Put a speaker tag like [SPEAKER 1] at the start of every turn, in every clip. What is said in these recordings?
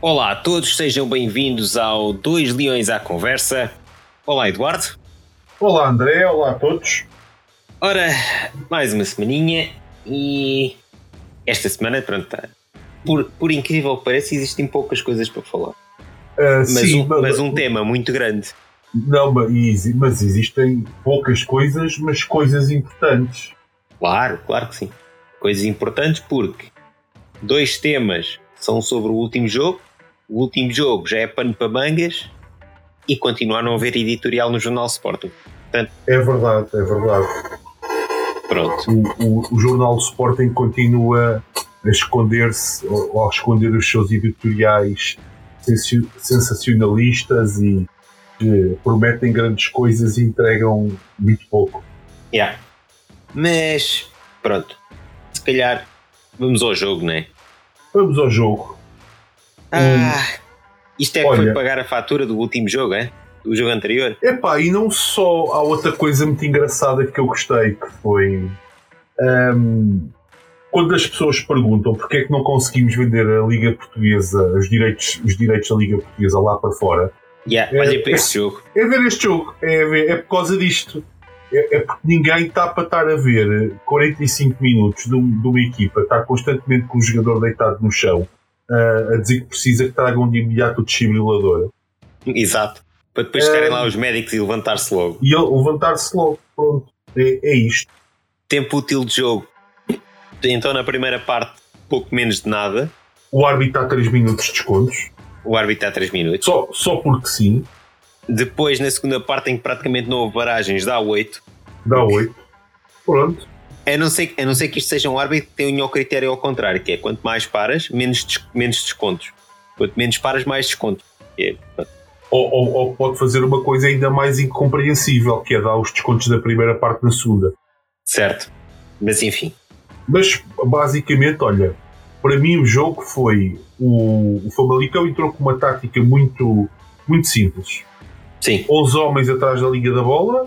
[SPEAKER 1] Olá a todos, sejam bem-vindos ao Dois Leões à Conversa. Olá, Eduardo.
[SPEAKER 2] Olá, André. Olá a todos.
[SPEAKER 1] Ora, mais uma semaninha e esta semana, pronto, tá. por, por incrível que pareça, existem poucas coisas para falar.
[SPEAKER 2] Ah,
[SPEAKER 1] Mas,
[SPEAKER 2] sim,
[SPEAKER 1] um,
[SPEAKER 2] mas-
[SPEAKER 1] mas um tema muito grande.
[SPEAKER 2] Não, mas, exi- mas existem poucas coisas, mas coisas importantes.
[SPEAKER 1] Claro, claro que sim. Coisas importantes porque dois temas são sobre o último jogo, o último jogo já é pano para mangas e continua a não haver editorial no Jornal Sporting.
[SPEAKER 2] É verdade, é verdade.
[SPEAKER 1] Pronto.
[SPEAKER 2] O, o- o jornal do Sporting continua a esconder-se ou, ou a esconder os seus editoriais sensi- sensacionalistas e que prometem grandes coisas e entregam muito pouco.
[SPEAKER 1] Yeah. Mas, pronto. Se calhar vamos ao jogo, não é?
[SPEAKER 2] Vamos ao jogo.
[SPEAKER 1] Ah, isto é que foi
[SPEAKER 2] Hum. Olha.
[SPEAKER 1] pagar a fatura do último jogo, é? Do jogo anterior?
[SPEAKER 2] Epá, e não só há outra coisa muito engraçada que eu gostei, que foi ahm, quando as pessoas perguntam porque é que não conseguimos vender a Liga Portuguesa, os direitos, os direitos da Liga Portuguesa lá para fora,
[SPEAKER 1] Yeah,
[SPEAKER 2] É.
[SPEAKER 1] olha para este jogo.
[SPEAKER 2] é ver este jogo, é, ver- é por causa disto. É, é porque ninguém está para estar a ver 45 minutos de, um- de uma equipa, estar constantemente com o jogador deitado no chão, ah, a dizer que precisa que tragam de imediato o desfibrilador.
[SPEAKER 1] Exato. Para depois chegarem
[SPEAKER 2] É.
[SPEAKER 1] lá os médicos e levantar-se logo.
[SPEAKER 2] E ele levantar-se logo, pronto. É, é isto.
[SPEAKER 1] Tempo útil de jogo. Então na primeira parte, pouco menos de nada.
[SPEAKER 2] O árbitro há 3 minutos de descontos,
[SPEAKER 1] O árbitro está 3 minutos.
[SPEAKER 2] só, só porque sim,
[SPEAKER 1] Depois, na segunda parte, em que praticamente não houve paragens, dá 8.
[SPEAKER 2] dá 8. Pronto,
[SPEAKER 1] A não, ser, a não ser que isto seja um árbitro que tenha o critério ao contrário, que é quanto mais paras, menos, des- menos descontos. Quanto menos paras, mais descontos. É,
[SPEAKER 2] ou, ou, ou pode fazer uma coisa ainda mais incompreensível, que é dar os descontos da primeira parte na segunda.
[SPEAKER 1] certo. Mas enfim.
[SPEAKER 2] Mas basicamente, olha, para mim o jogo foi. O, o Famalicão entrou com uma tática muito, muito simples:
[SPEAKER 1] Sim.
[SPEAKER 2] 11 homens atrás da linha da bola,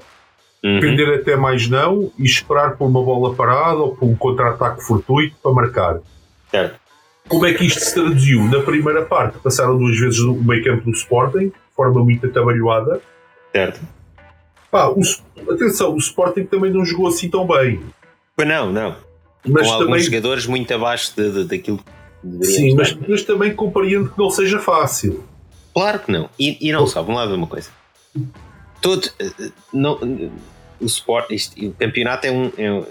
[SPEAKER 1] Uhum.
[SPEAKER 2] prender até mais não e esperar por uma bola parada ou por um contra-ataque fortuito para marcar.
[SPEAKER 1] Certo.
[SPEAKER 2] Como é que isto se traduziu? Na primeira parte, passaram duas vezes no meio campo do Sporting, de forma muito atabalhoada.
[SPEAKER 1] Certo.
[SPEAKER 2] Pá, o S- atenção, o Sporting também não jogou assim tão bem.
[SPEAKER 1] Pois não, não.
[SPEAKER 2] Mas
[SPEAKER 1] Com alguns
[SPEAKER 2] também,
[SPEAKER 1] jogadores muito abaixo de, de- daquilo que deveria
[SPEAKER 2] sim,
[SPEAKER 1] estar.
[SPEAKER 2] mas, mas também compreendo que não seja fácil.
[SPEAKER 1] Claro que não. E, e não só, vamos lá ver uma coisa. Todo, eh, eh, não, eh, o, sport, isto- o campeonato é, um, é, um-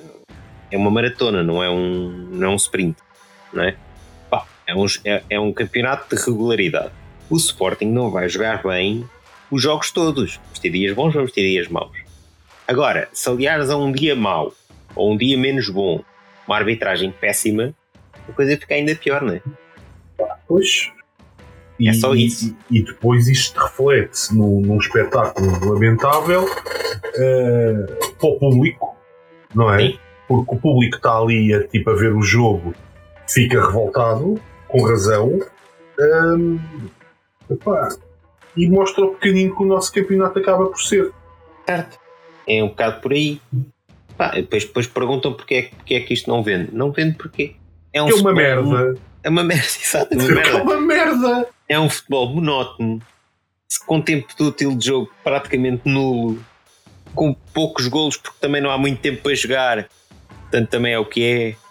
[SPEAKER 1] é uma maratona, não é um, não é um sprint. Não é? Pá, é, um, é- é um campeonato de regularidade. O Sporting não vai jogar bem os jogos todos. Vamos ter dias bons, vamos ter dias maus. Agora, se aliares a um dia mau ou um dia menos bom, uma arbitragem péssima, a coisa fica ainda pior, não é?
[SPEAKER 2] Pois. E,
[SPEAKER 1] É só isso.
[SPEAKER 2] E, e depois isto reflete-se num, num espetáculo lamentável eh, para o público, não é?
[SPEAKER 1] Sim.
[SPEAKER 2] Porque o público está ali a, tipo, a ver o jogo, fica revoltado, com razão, ehm, epá, e mostra ao pequenino que o nosso campeonato acaba por ser.
[SPEAKER 1] Certo. É um bocado por aí. Pá, depois, depois perguntam porque é, que- porque é que isto não vende. Não vende porque um
[SPEAKER 2] Que é uma
[SPEAKER 1] futebol-
[SPEAKER 2] merda.
[SPEAKER 1] É uma merda, exato. É uma
[SPEAKER 2] Que é
[SPEAKER 1] merda.
[SPEAKER 2] uma merda.
[SPEAKER 1] É um futebol monótono, com tempo de útil de jogo praticamente nulo, com poucos golos porque também não há muito tempo para jogar. Portanto, também é o que é.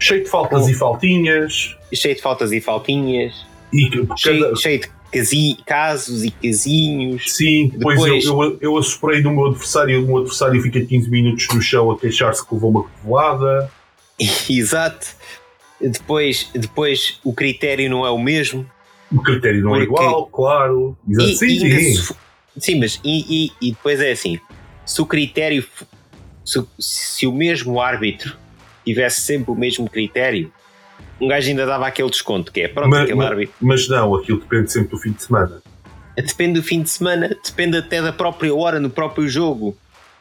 [SPEAKER 2] Cheio de faltas
[SPEAKER 1] Oh.
[SPEAKER 2] e faltinhas.
[SPEAKER 1] Cheio de faltas e faltinhas,
[SPEAKER 2] E que- porque
[SPEAKER 1] cheio,
[SPEAKER 2] cada-
[SPEAKER 1] cheio de casi- casos e casinhos.
[SPEAKER 2] Sim, depois,
[SPEAKER 1] Depois-
[SPEAKER 2] Eu, eu, eu assoprei no meu adversário e o meu adversário fica 15 minutos no chão a queixar-se que levou uma cotovelada.
[SPEAKER 1] Exato. Depois, depois o critério não é o mesmo.
[SPEAKER 2] O critério não é
[SPEAKER 1] Porque-
[SPEAKER 2] igual, claro. Exato.
[SPEAKER 1] E-
[SPEAKER 2] Sim,
[SPEAKER 1] e ainda
[SPEAKER 2] sim.
[SPEAKER 1] se fo- sim, mas e, e- e depois é assim: se o critério, fo- se, o- se o mesmo árbitro tivesse sempre o mesmo critério, um gajo ainda dava aquele desconto que é pronto,
[SPEAKER 2] Mas-
[SPEAKER 1] aquele
[SPEAKER 2] mas-
[SPEAKER 1] árbitro.
[SPEAKER 2] Mas não, aquilo depende sempre do fim de semana.
[SPEAKER 1] Depende do fim de semana, depende até da própria hora no próprio jogo.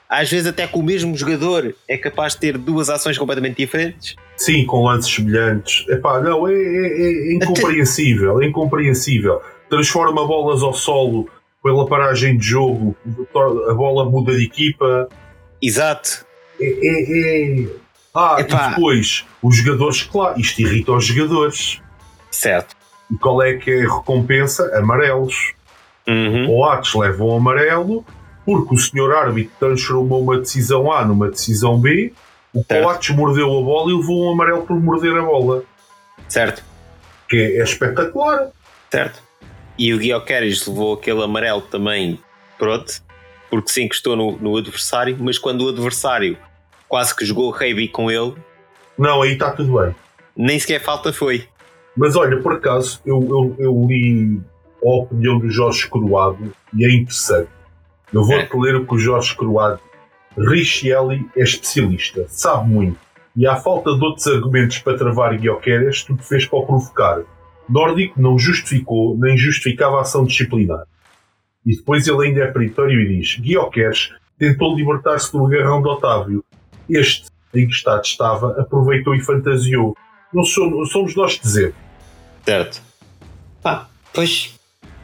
[SPEAKER 1] Às vezes, até com o mesmo jogador, é capaz de ter duas ações completamente diferentes.
[SPEAKER 2] Sim, com lances semelhantes. Epá, não, é, é- é- é incompreensível, é incompreensível. Transforma bolas ao solo pela paragem de jogo, tor- a bola muda de equipa.
[SPEAKER 1] Exato.
[SPEAKER 2] É, é- é- Ah,
[SPEAKER 1] Epá.
[SPEAKER 2] e depois, os jogadores, claro, isto irrita os jogadores.
[SPEAKER 1] Certo.
[SPEAKER 2] E qual é que é a recompensa? Amarelos.
[SPEAKER 1] Uhum.
[SPEAKER 2] O Atos leva um amarelo porque o senhor árbitro transformou uma decisão A numa decisão B. O
[SPEAKER 1] Certo.
[SPEAKER 2] Coates mordeu a bola e levou um amarelo por morder a bola.
[SPEAKER 1] Certo,
[SPEAKER 2] Que é, é espetacular.
[SPEAKER 1] certo. E o Guioqueres levou aquele amarelo também, pronto, porque se encostou no, no adversário, mas quando o adversário quase que jogou Heavy com ele,
[SPEAKER 2] Não, aí está tudo bem.
[SPEAKER 1] nem sequer falta foi.
[SPEAKER 2] Mas olha, por acaso, eu, eu, eu li a opinião do Jorge Croado e é interessante. Eu vou-te ler o que o Jorge Croado. Richelli é especialista, sabe muito. E à falta de outros argumentos para travar Guioqueres, tudo fez para o provocar. Nórdico não justificou, nem justificava a ação disciplinar. E depois ele ainda é peritório e diz: Guioqueres tentou libertar-se do agarrão de Otávio. Este, em que estado estava, aproveitou e fantasiou. Não somos, somos nós de dizer.
[SPEAKER 1] Certo. Pá, pois.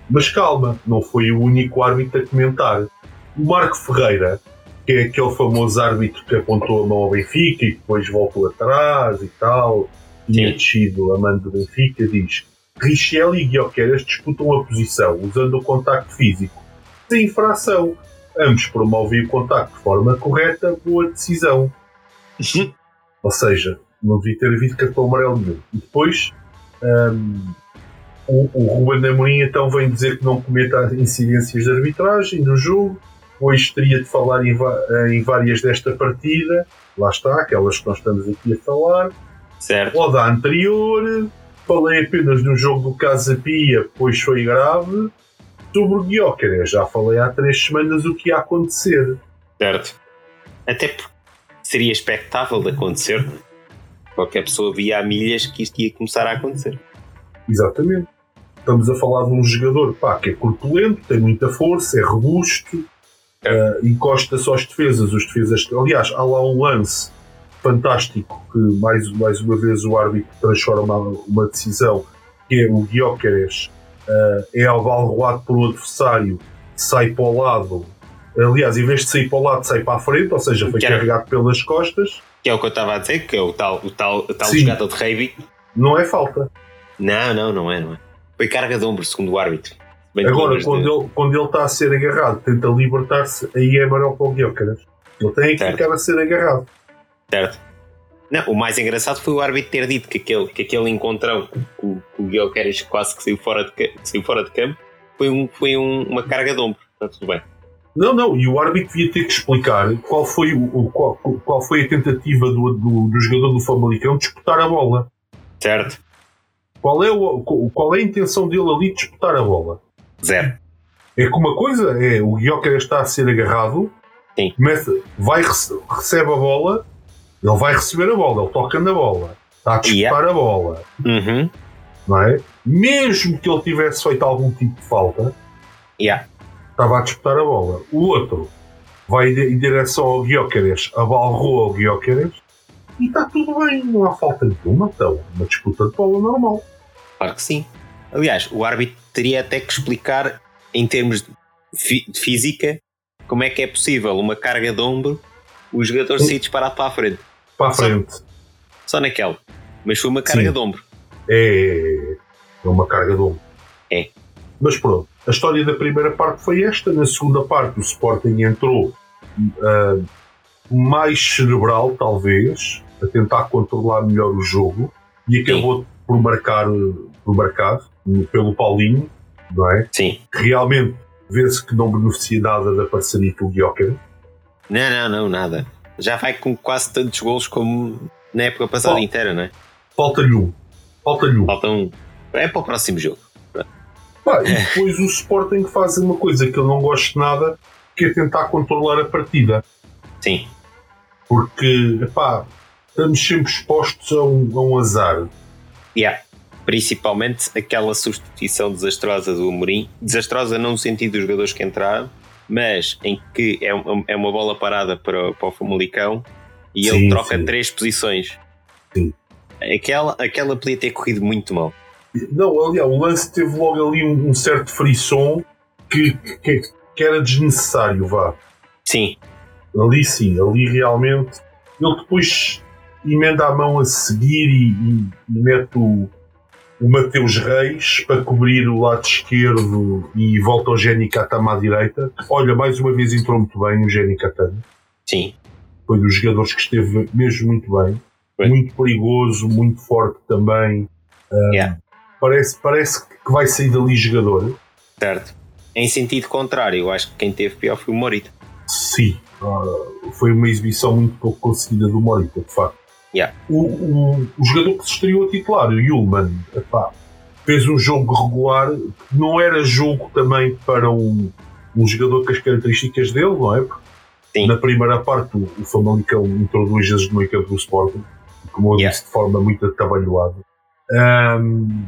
[SPEAKER 2] Mas calma, não foi o único árbitro a comentar. O Marco Ferreira, que é aquele famoso árbitro que apontou a mão ao Benfica e depois voltou atrás e tal, tinha
[SPEAKER 1] Sim.
[SPEAKER 2] descido a mão do Benfica, diz: Richel e Guioqueras disputam a posição usando o contacto físico, sem infração. Ambos promovem o contacto de forma correta, boa decisão. Ou seja, não devia ter havido cartão amarelo nenhum. E depois, hum, o, o Ruben Amorim então vem dizer que não cometa incidências de arbitragem no jogo, pois teria de falar em, va- em várias desta partida, lá está, aquelas que nós estamos aqui a falar,
[SPEAKER 1] Certo.
[SPEAKER 2] ou da anterior, falei apenas no jogo do Casa Pia, pois foi grave, sobre o Guióqueres, já falei há três semanas o que ia acontecer.
[SPEAKER 1] Certo. Até porque seria expectável de acontecer. não é? Qualquer pessoa via há milhas que isto ia começar a acontecer.
[SPEAKER 2] Exatamente. Estamos a falar de um jogador pá, que é corpulento, tem muita força, é robusto, eh, encosta-se aos defesas. Os defesas. Aliás, há lá um lance fantástico que mais, mais uma vez o árbitro transforma uma decisão, que é o Guióqueres eh, é abalroado por um adversário, sai para o lado. Aliás, em vez de sair para o lado, sai para a frente, ou seja, foi
[SPEAKER 1] Que era-
[SPEAKER 2] carregado pelas costas.
[SPEAKER 1] Que é o que eu estava a dizer, que é o tal, o tal, a tal
[SPEAKER 2] Sim.
[SPEAKER 1] jogada de Heavy.
[SPEAKER 2] Não é falta.
[SPEAKER 1] Não, não, não é, não é. Foi carga de ombro, segundo o árbitro. Bem que
[SPEAKER 2] Agora,
[SPEAKER 1] lembras
[SPEAKER 2] quando
[SPEAKER 1] de-
[SPEAKER 2] ele, quando ele está a ser agarrado, tenta libertar-se, aí é amarelo para o Guilherme. Ele tem que
[SPEAKER 1] Certo.
[SPEAKER 2] ficar a ser agarrado.
[SPEAKER 1] Certo. Não, o mais engraçado foi o árbitro ter dito que aquele, que aquele encontrão que o- que o Guilherme quase que saiu fora de, ca- que saiu fora de campo foi, um, foi um- uma carga de ombro. Está tudo bem.
[SPEAKER 2] Não, não, e o árbitro devia ter que explicar qual foi, o, o- qual, qual foi a tentativa do, do, do jogador do Famalicão de disputar a bola.
[SPEAKER 1] Certo?
[SPEAKER 2] Qual é, o, qual é a intenção dele ali de disputar a bola?
[SPEAKER 1] Zero.
[SPEAKER 2] É que uma coisa é o Guilherme está a ser agarrado,
[SPEAKER 1] Sim.
[SPEAKER 2] começa, vai, rece- recebe a bola, ele vai receber a bola, ele toca na bola, está a disputar
[SPEAKER 1] Yeah.
[SPEAKER 2] a bola.
[SPEAKER 1] Uhum.
[SPEAKER 2] não é? Mesmo que ele tivesse feito algum tipo de falta,
[SPEAKER 1] Yeah.
[SPEAKER 2] estava a disputar a bola. O outro vai de- em direção ao Guióqueres, abalrou ao Guióqueres e está tudo bem, não há falta nenhuma, então, uma disputa de bola normal.
[SPEAKER 1] Claro que sim. Aliás, o árbitro teria até que explicar, em termos de, fi- de física, como é que é possível uma carga de ombro o jogador sair disparado para a frente.
[SPEAKER 2] Para a
[SPEAKER 1] Sim.
[SPEAKER 2] frente.
[SPEAKER 1] Só naquela. Mas foi uma carga
[SPEAKER 2] Sim.
[SPEAKER 1] de ombro.
[SPEAKER 2] É, é uma carga de ombro.
[SPEAKER 1] É.
[SPEAKER 2] Mas pronto, a história da primeira parte foi esta. Na segunda parte, o Sporting entrou ah, mais cerebral, talvez, a tentar controlar melhor o jogo e acabou por marcar, por marcar eh, pelo Paulinho, não é?
[SPEAKER 1] Sim.
[SPEAKER 2] Realmente vê-se que não beneficia nada da parceria com o Guioca.
[SPEAKER 1] Não, não, não, nada. Já vai com quase tantos golos como na época passada
[SPEAKER 2] Oh.
[SPEAKER 1] inteira, não é?
[SPEAKER 2] Falta-lhe um. Falta-lhe um.
[SPEAKER 1] Falta um. É para o próximo jogo.
[SPEAKER 2] Pá, e depois o Sporting faz uma coisa que eu não gosto de nada, que é tentar controlar a partida.
[SPEAKER 1] Sim,
[SPEAKER 2] porque epá, estamos sempre expostos a um, a um azar.
[SPEAKER 1] yeah. principalmente aquela substituição desastrosa do Amorim. Desastrosa não no sentido dos jogadores que entraram, mas em que é, um- é uma bola parada para, o- para o Famalicão e ele
[SPEAKER 2] Sim,
[SPEAKER 1] troca
[SPEAKER 2] sim.
[SPEAKER 1] três posições.
[SPEAKER 2] Sim.
[SPEAKER 1] Aquela, aquela podia ter corrido muito mal.
[SPEAKER 2] Não, aliás, o lance teve logo ali um, um certo frisson que, que, que era desnecessário, vá.
[SPEAKER 1] Sim,
[SPEAKER 2] Ali sim, ali realmente. Ele depois emenda a mão a seguir e, e- e mete o. o Mateus Reis para cobrir o lado esquerdo e volta o Jenny Katama à direita. Olha, mais uma vez entrou muito bem o Jenny Katama.
[SPEAKER 1] Sim.
[SPEAKER 2] Foi dos jogadores que esteve mesmo muito bem.
[SPEAKER 1] Bem.
[SPEAKER 2] Muito perigoso, muito forte também. Ah,
[SPEAKER 1] Yeah.
[SPEAKER 2] Parece, parece que vai sair dali jogador.
[SPEAKER 1] Certo. Em sentido contrário, eu acho que quem teve pior foi o Morita.
[SPEAKER 2] Sim. Ah, foi uma exibição muito pouco conseguida do Morita, de facto.
[SPEAKER 1] Yeah.
[SPEAKER 2] O, o- o jogador que se estreou a titular, o Yulman, epá, fez um jogo regular que não era jogo também para um, um jogador com as características dele, não é? Porque
[SPEAKER 1] Sim.
[SPEAKER 2] Na primeira parte, o, o Famalicão entrou duas vezes no meio campo do Sporting, como eu
[SPEAKER 1] Yeah.
[SPEAKER 2] disse, de forma muito atabalhoada. Ahm,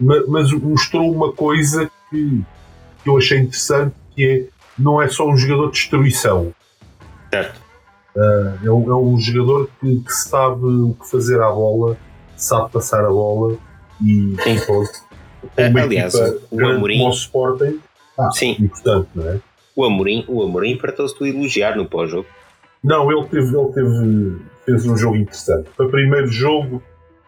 [SPEAKER 2] ma- mas mostrou uma coisa que, que eu achei interessante, que é, não é só um jogador de destruição,
[SPEAKER 1] Certo.
[SPEAKER 2] é um, é um jogador que, que sabe o que fazer à bola, sabe passar a bola e
[SPEAKER 1] Sim.
[SPEAKER 2] pronto.
[SPEAKER 1] Ah,
[SPEAKER 2] Uma
[SPEAKER 1] aliás,
[SPEAKER 2] equipa
[SPEAKER 1] o
[SPEAKER 2] grande
[SPEAKER 1] Amorim-
[SPEAKER 2] como o Sporting,
[SPEAKER 1] Sim.
[SPEAKER 2] importante, não é?
[SPEAKER 1] O Amorim, o Amorim tratou-se de o elogiar no pós-jogo.
[SPEAKER 2] Não, ele teve, ele teve, fez um jogo interessante. Para primeiro jogo,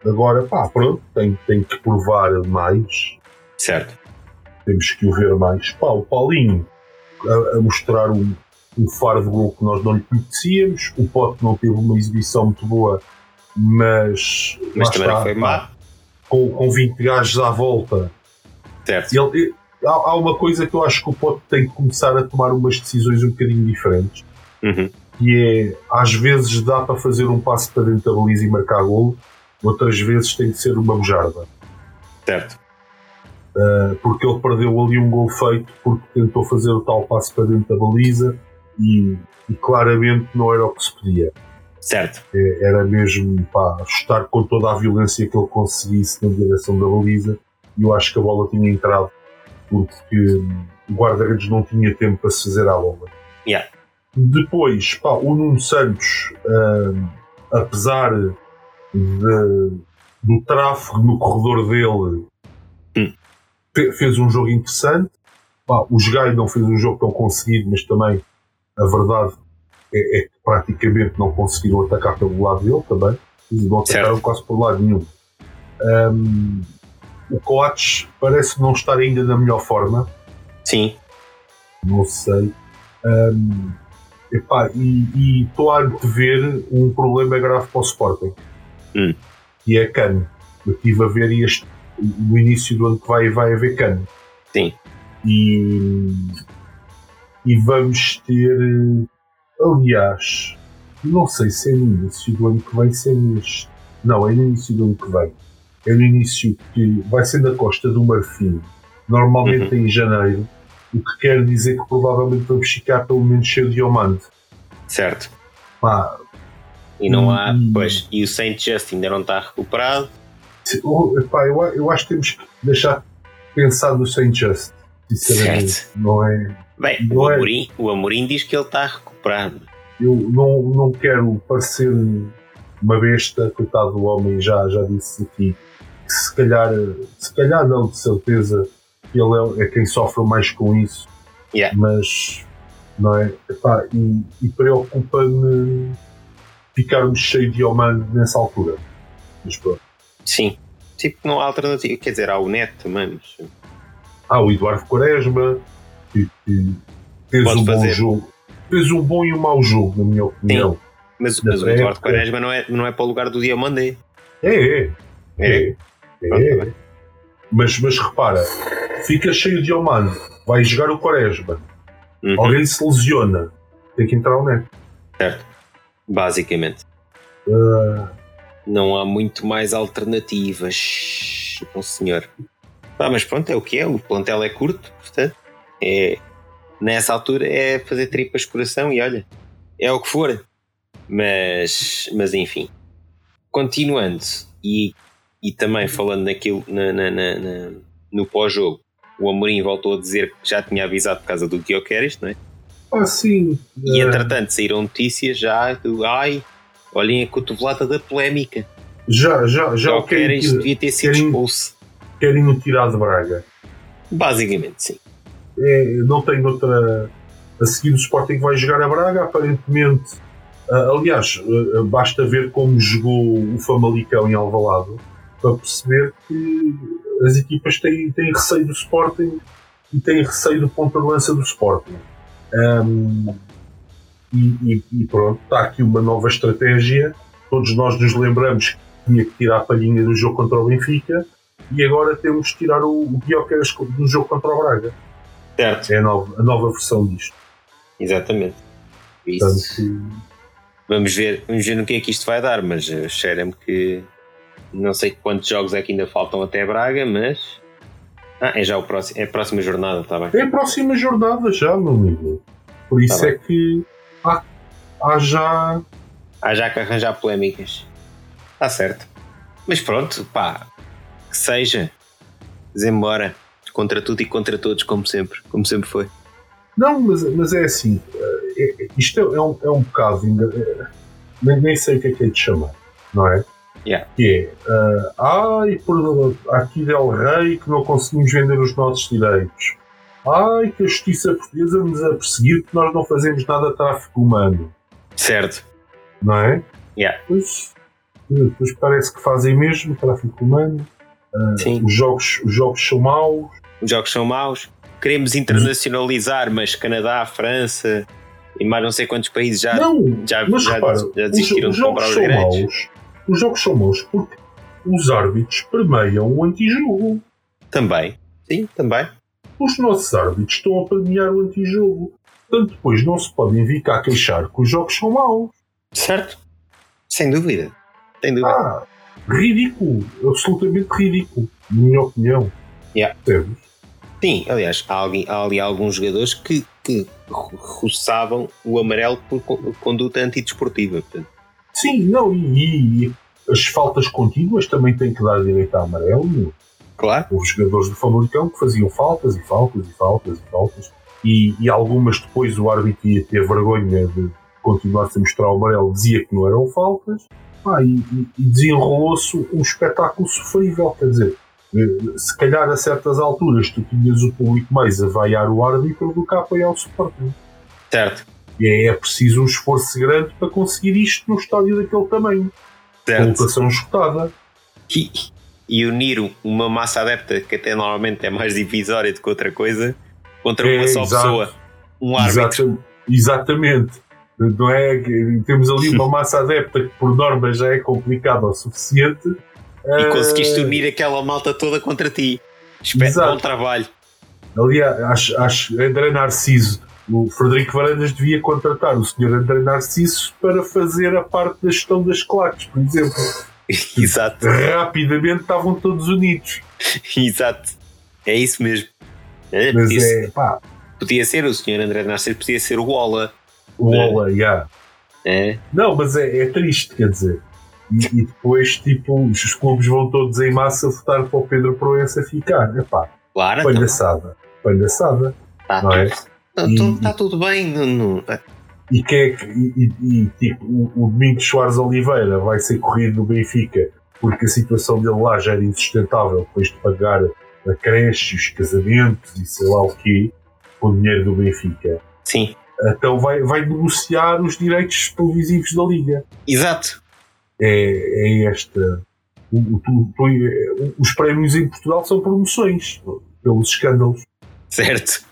[SPEAKER 2] agora, pá, pronto, tem, tem que provar mais,
[SPEAKER 1] Certo.
[SPEAKER 2] temos que o ver mais. Pá, o Paulinho a, a mostrar um, um faro de gol que nós não lhe conhecíamos, o Pote não teve uma exibição muito boa, mas.
[SPEAKER 1] Mas também
[SPEAKER 2] lá está,
[SPEAKER 1] não foi
[SPEAKER 2] pá,
[SPEAKER 1] má.
[SPEAKER 2] com, com 20 gajos à volta.
[SPEAKER 1] Certo.
[SPEAKER 2] Ele, ele- há, há uma coisa que eu acho que o Pote tem que começar a tomar umas decisões um bocadinho diferentes,
[SPEAKER 1] Uhum.
[SPEAKER 2] que é, às vezes dá para fazer um passo para dentro da baliza e marcar golo, outras vezes tem que ser uma bujarda,
[SPEAKER 1] Certo.
[SPEAKER 2] eh, porque ele perdeu ali um gol feito porque tentou fazer o tal passo para dentro da baliza e, e claramente não era o que se pedia.
[SPEAKER 1] Certo.
[SPEAKER 2] Eh, Era mesmo pá, chutar com toda a violência que ele conseguisse na direção da baliza e eu acho que a bola tinha entrado porque hum, o guarda-redes não tinha tempo para se fazer à bola.
[SPEAKER 1] Yeah.
[SPEAKER 2] Depois, pá, o Nuno Santos, hum, apesar de- do tráfego no corredor dele,
[SPEAKER 1] Hum.
[SPEAKER 2] fe- fez um jogo interessante. Pá, o Gai não fez um jogo tão conseguido, mas também a verdade é, é que praticamente não conseguiram atacar pelo lado dele também. Não atacaram
[SPEAKER 1] Certo.
[SPEAKER 2] quase por lado nenhum. Hum, o Coates parece não estar ainda na melhor forma,
[SPEAKER 1] Sim.
[SPEAKER 2] não sei. Hum, epá, e e estou a antever um problema grave para o Sporting.
[SPEAKER 1] Hum.
[SPEAKER 2] E é Cano. Eu estive a ver este, no início do ano que vai, vai haver Cano.
[SPEAKER 1] Sim.
[SPEAKER 2] E, e vamos ter. eh, Aliás, não sei se é no início do ano que vem, se é neste. Não, é no início do ano que vem. É no início que vai ser na Costa do Marfim.
[SPEAKER 1] Uhum.
[SPEAKER 2] Normalmente é em janeiro. O que quer dizer que provavelmente vamos ficar pelo menos cheio de Omante.
[SPEAKER 1] Certo.
[SPEAKER 2] Pá,
[SPEAKER 1] E não há.
[SPEAKER 2] Hum.
[SPEAKER 1] Pois. E o Saint Just ainda não está recuperado.
[SPEAKER 2] se- oh, epá, eu, a- eu acho que temos que deixar de pensar no Saint Just. Sinceramente,
[SPEAKER 1] Certo.
[SPEAKER 2] não é?
[SPEAKER 1] Bem, o
[SPEAKER 2] Não é.
[SPEAKER 1] Amorim, o Amorim diz que ele está recuperado.
[SPEAKER 2] Eu não, não quero parecer uma besta, coitado do homem, já, já disse aqui, que se calhar, se calhar não, de certeza, que ele é, é quem sofre mais com isso.
[SPEAKER 1] Yeah.
[SPEAKER 2] Mas, não é? Epá, e e preocupa-me ficarmos cheio de Oman nessa altura. Mas pronto.
[SPEAKER 1] Sim. Tipo, não há alternativa. Quer dizer, há o Neto também, mas.
[SPEAKER 2] Ah, o Eduardo Quaresma, que, que fez
[SPEAKER 1] Pode
[SPEAKER 2] um bom
[SPEAKER 1] fazer.
[SPEAKER 2] jogo. Fez um bom e um mau jogo, na minha opinião.
[SPEAKER 1] Mas,
[SPEAKER 2] Na
[SPEAKER 1] mas o Eduardo
[SPEAKER 2] época-
[SPEAKER 1] Quaresma não é, não é para o lugar do Diamandé.
[SPEAKER 2] É, é.
[SPEAKER 1] É.
[SPEAKER 2] É.
[SPEAKER 1] Pronto,
[SPEAKER 2] é. Mas, mas repara, fica cheio de Oman, vai jogar o Quaresma,
[SPEAKER 1] Uhum.
[SPEAKER 2] alguém se lesiona, tem que entrar o Neto.
[SPEAKER 1] Basicamente.
[SPEAKER 2] Ah,
[SPEAKER 1] Não há muito mais alternativas. Não, senhor. Ah, mas pronto, é o que é. O plantel é curto, portanto. É, nessa altura é fazer tripas de coração e olha, é o que for. Mas, mas enfim. Continuando e, e também falando naquilo, na- na- na- na- no pós-jogo, o Amorim voltou a dizer que já tinha avisado por causa do Guioqueres, não é?
[SPEAKER 2] ah, sim.
[SPEAKER 1] E
[SPEAKER 2] ah,
[SPEAKER 1] entretanto saíram notícias já do ai, olhem a cotovelada da polémica.
[SPEAKER 2] já, já, já
[SPEAKER 1] Já
[SPEAKER 2] o
[SPEAKER 1] o era
[SPEAKER 2] querem,
[SPEAKER 1] isto devia ter sido
[SPEAKER 2] querem-
[SPEAKER 1] expulso.
[SPEAKER 2] querem no tirar de Braga.
[SPEAKER 1] Basicamente, sim.
[SPEAKER 2] É, não tem outra. A seguir o Sporting vai jogar a Braga, aparentemente. ah, aliás, ah, ah, basta ver como jogou o Famalicão em Alvalado. para perceber que as equipas têm, têm receio do Sporting e têm receio do ponto de lança do Sporting. Um, e, e- e pronto, está aqui uma nova estratégia. Todos nós nos lembramos que tinha que tirar a palhinha do jogo contra o Benfica e agora temos que tirar o, o Guioqueiras do jogo contra o Braga.
[SPEAKER 1] Certo,
[SPEAKER 2] É a nova, a nova versão disto.
[SPEAKER 1] exatamente. Isso.
[SPEAKER 2] Portanto,
[SPEAKER 1] Vamos ver, vamos ver no que é que isto vai dar, mas eh, cheira-me que não sei quantos jogos é que ainda faltam até Braga, mas. Ah, é já o próximo, é a próxima jornada, está bem.
[SPEAKER 2] é a próxima jornada já, meu amigo. Por isso
[SPEAKER 1] Tá
[SPEAKER 2] é que há, há já.
[SPEAKER 1] Há já que arranjar polémicas. Está certo. Mas pronto, pá, que seja. Vamos embora. Contra tudo e contra todos, como sempre. Como sempre foi.
[SPEAKER 2] Não, mas, mas é assim. eh, é- isto é, é um, é um bocado. ainda, eh, nem, nem sei o que é que é de chamar, não é?
[SPEAKER 1] Yeah.
[SPEAKER 2] Que é. ah, ai, por aqui Del Rei que não conseguimos vender os nossos direitos. Ai, que a justiça portuguesa nos a perseguir porque nós não fazemos nada de tráfico humano,
[SPEAKER 1] Certo.
[SPEAKER 2] não é?
[SPEAKER 1] Yeah.
[SPEAKER 2] Pois, eh, pois parece que fazem mesmo tráfico humano.
[SPEAKER 1] Sim.
[SPEAKER 2] Os jogos, os jogos são maus.
[SPEAKER 1] Os jogos são maus. Queremos internacionalizar, mas Canadá, França e mais não sei quantos países já,
[SPEAKER 2] não,
[SPEAKER 1] já,
[SPEAKER 2] Mas
[SPEAKER 1] já,
[SPEAKER 2] repara,
[SPEAKER 1] já
[SPEAKER 2] os,
[SPEAKER 1] desistiram
[SPEAKER 2] os
[SPEAKER 1] de comprar
[SPEAKER 2] jogos
[SPEAKER 1] os
[SPEAKER 2] são
[SPEAKER 1] direitos.
[SPEAKER 2] maus. Os jogos são maus porque os árbitros permeiam o antijogo.
[SPEAKER 1] Também. Sim, também.
[SPEAKER 2] Os nossos árbitros estão a permear o antijogo. Portanto, depois não se podem vir cá queixar que os jogos são maus.
[SPEAKER 1] Certo? Sem dúvida. Sem dúvida.
[SPEAKER 2] Ah, ridículo. Absolutamente ridículo. Na minha opinião.
[SPEAKER 1] Yeah.
[SPEAKER 2] Percebes?
[SPEAKER 1] Sim, aliás, há ali, há ali alguns jogadores que, que ro- roçavam o amarelo por co- conduta antidesportiva. portanto.
[SPEAKER 2] Sim, não, e, e as faltas contínuas também têm que dar direito a amarelo. meu.
[SPEAKER 1] Claro,
[SPEAKER 2] Houve jogadores do Famalicão que faziam faltas e faltas e faltas e faltas. E, e algumas depois o árbitro ia ter vergonha de continuar-se a mostrar o amarelo, dizia que não eram faltas. Pá, e e- e desenrolou-se um espetáculo sofrível. Quer dizer, eh, se calhar a certas alturas tu tinhas o público mais a vaiar o árbitro do que a apoiar o Sporting.
[SPEAKER 1] certo.
[SPEAKER 2] E é- é preciso um esforço grande para conseguir isto num estádio daquele tamanho. Com
[SPEAKER 1] certo.
[SPEAKER 2] lotação esgotada.
[SPEAKER 1] E, e unir uma massa adepta que até normalmente é mais divisória do que outra coisa contra uma
[SPEAKER 2] É,
[SPEAKER 1] só
[SPEAKER 2] exato.
[SPEAKER 1] pessoa, um árbitro.
[SPEAKER 2] Exata- Exatamente. Não é? que Temos ali uma massa adepta que, por norma, já é complicada o suficiente.
[SPEAKER 1] E
[SPEAKER 2] Eh,
[SPEAKER 1] conseguiste unir aquela malta toda contra ti. Espero
[SPEAKER 2] Exato.
[SPEAKER 1] bom trabalho.
[SPEAKER 2] Aliás, acho, acho André Narciso, o Frederico Varandas devia contratar o senhor André Narciso para fazer a parte da gestão das claques, por exemplo.
[SPEAKER 1] Exato,
[SPEAKER 2] Rapidamente estavam todos unidos.
[SPEAKER 1] exato. É isso mesmo. É,
[SPEAKER 2] Mas
[SPEAKER 1] podia, ser-
[SPEAKER 2] é, pá,
[SPEAKER 1] podia ser o senhor André Nascer, podia ser o Ola.
[SPEAKER 2] o
[SPEAKER 1] É.
[SPEAKER 2] Ola, yeah.
[SPEAKER 1] É,
[SPEAKER 2] Não, mas é, é triste, quer dizer. E, e depois, tipo, os clubes vão todos em massa votar para o Pedro Proença ficar. Epá,
[SPEAKER 1] claro, então.
[SPEAKER 2] Palhaçada. Palhaçada.
[SPEAKER 1] Tá,
[SPEAKER 2] Não é?
[SPEAKER 1] tudo, tá, tudo-
[SPEAKER 2] E-
[SPEAKER 1] tá tudo bem. Não, não- tá.
[SPEAKER 2] E quem é que. E, e- e, tipo, o, o Domingos Soares Oliveira vai ser corrido do Benfica porque a situação dele lá já era insustentável depois de pagar a creche, os casamentos e sei lá o quê, com o dinheiro do Benfica.
[SPEAKER 1] Sim,
[SPEAKER 2] Então vai, vai negociar os direitos televisivos da Liga.
[SPEAKER 1] exato.
[SPEAKER 2] É, é esta. o- o- o- o- os prémios em Portugal são promoções, pelos escândalos.
[SPEAKER 1] Certo.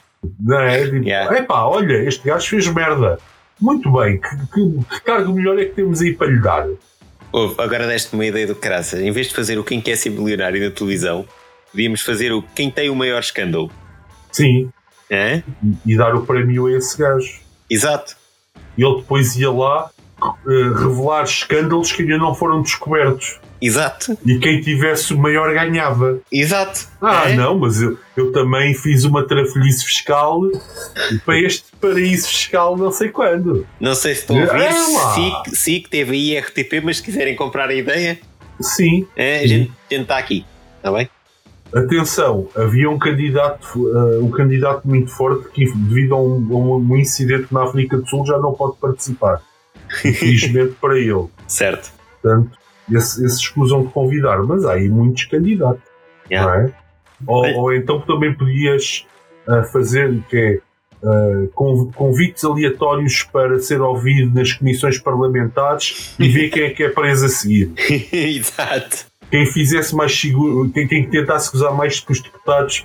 [SPEAKER 2] Não é? Tipo,
[SPEAKER 1] Yeah.
[SPEAKER 2] epá, olha, este gajo fez merda. Muito bem, que, que, que cargo melhor é que temos aí para lhe dar?
[SPEAKER 1] Ouve, agora deste-me uma ideia do caraças. Em vez de fazer o Quem Quer Ser Milionário na televisão, podíamos fazer o Quem Tem o Maior Escândalo.
[SPEAKER 2] Sim,
[SPEAKER 1] Hã?
[SPEAKER 2] e, e dar o prémio a esse gajo.
[SPEAKER 1] Exato.
[SPEAKER 2] E ele depois ia lá eh, revelar escândalos que ainda não foram descobertos.
[SPEAKER 1] Exato.
[SPEAKER 2] E quem tivesse o maior ganhava.
[SPEAKER 1] Exato.
[SPEAKER 2] Ah,
[SPEAKER 1] É?
[SPEAKER 2] não, mas eu, eu também fiz uma trafolhice fiscal para este paraíso fiscal não sei quando.
[SPEAKER 1] Não sei se estão a ouvir.
[SPEAKER 2] É lá.
[SPEAKER 1] SIC, SIC, TVI, RTP, mas se quiserem comprar a ideia,
[SPEAKER 2] Sim,
[SPEAKER 1] é, a gente está aqui. Está bem?
[SPEAKER 2] Atenção, havia um candidato, eh, um candidato muito forte que, devido a um, a um incidente na África do Sul, já não pode participar. Infelizmente para ele.
[SPEAKER 1] Certo.
[SPEAKER 2] Portanto, esse, esses escusam de convidar, mas há aí muitos candidatos,
[SPEAKER 1] Yeah.
[SPEAKER 2] não é? Ou,
[SPEAKER 1] Bem-
[SPEAKER 2] ou então também podias ah, fazer que é, ah, con- convites aleatórios para ser ouvido nas comissões parlamentares e ver quem é que é preso a seguir.
[SPEAKER 1] Exato.
[SPEAKER 2] quem fizesse mais seguro, quem, quem tentasse gozar mais com os deputados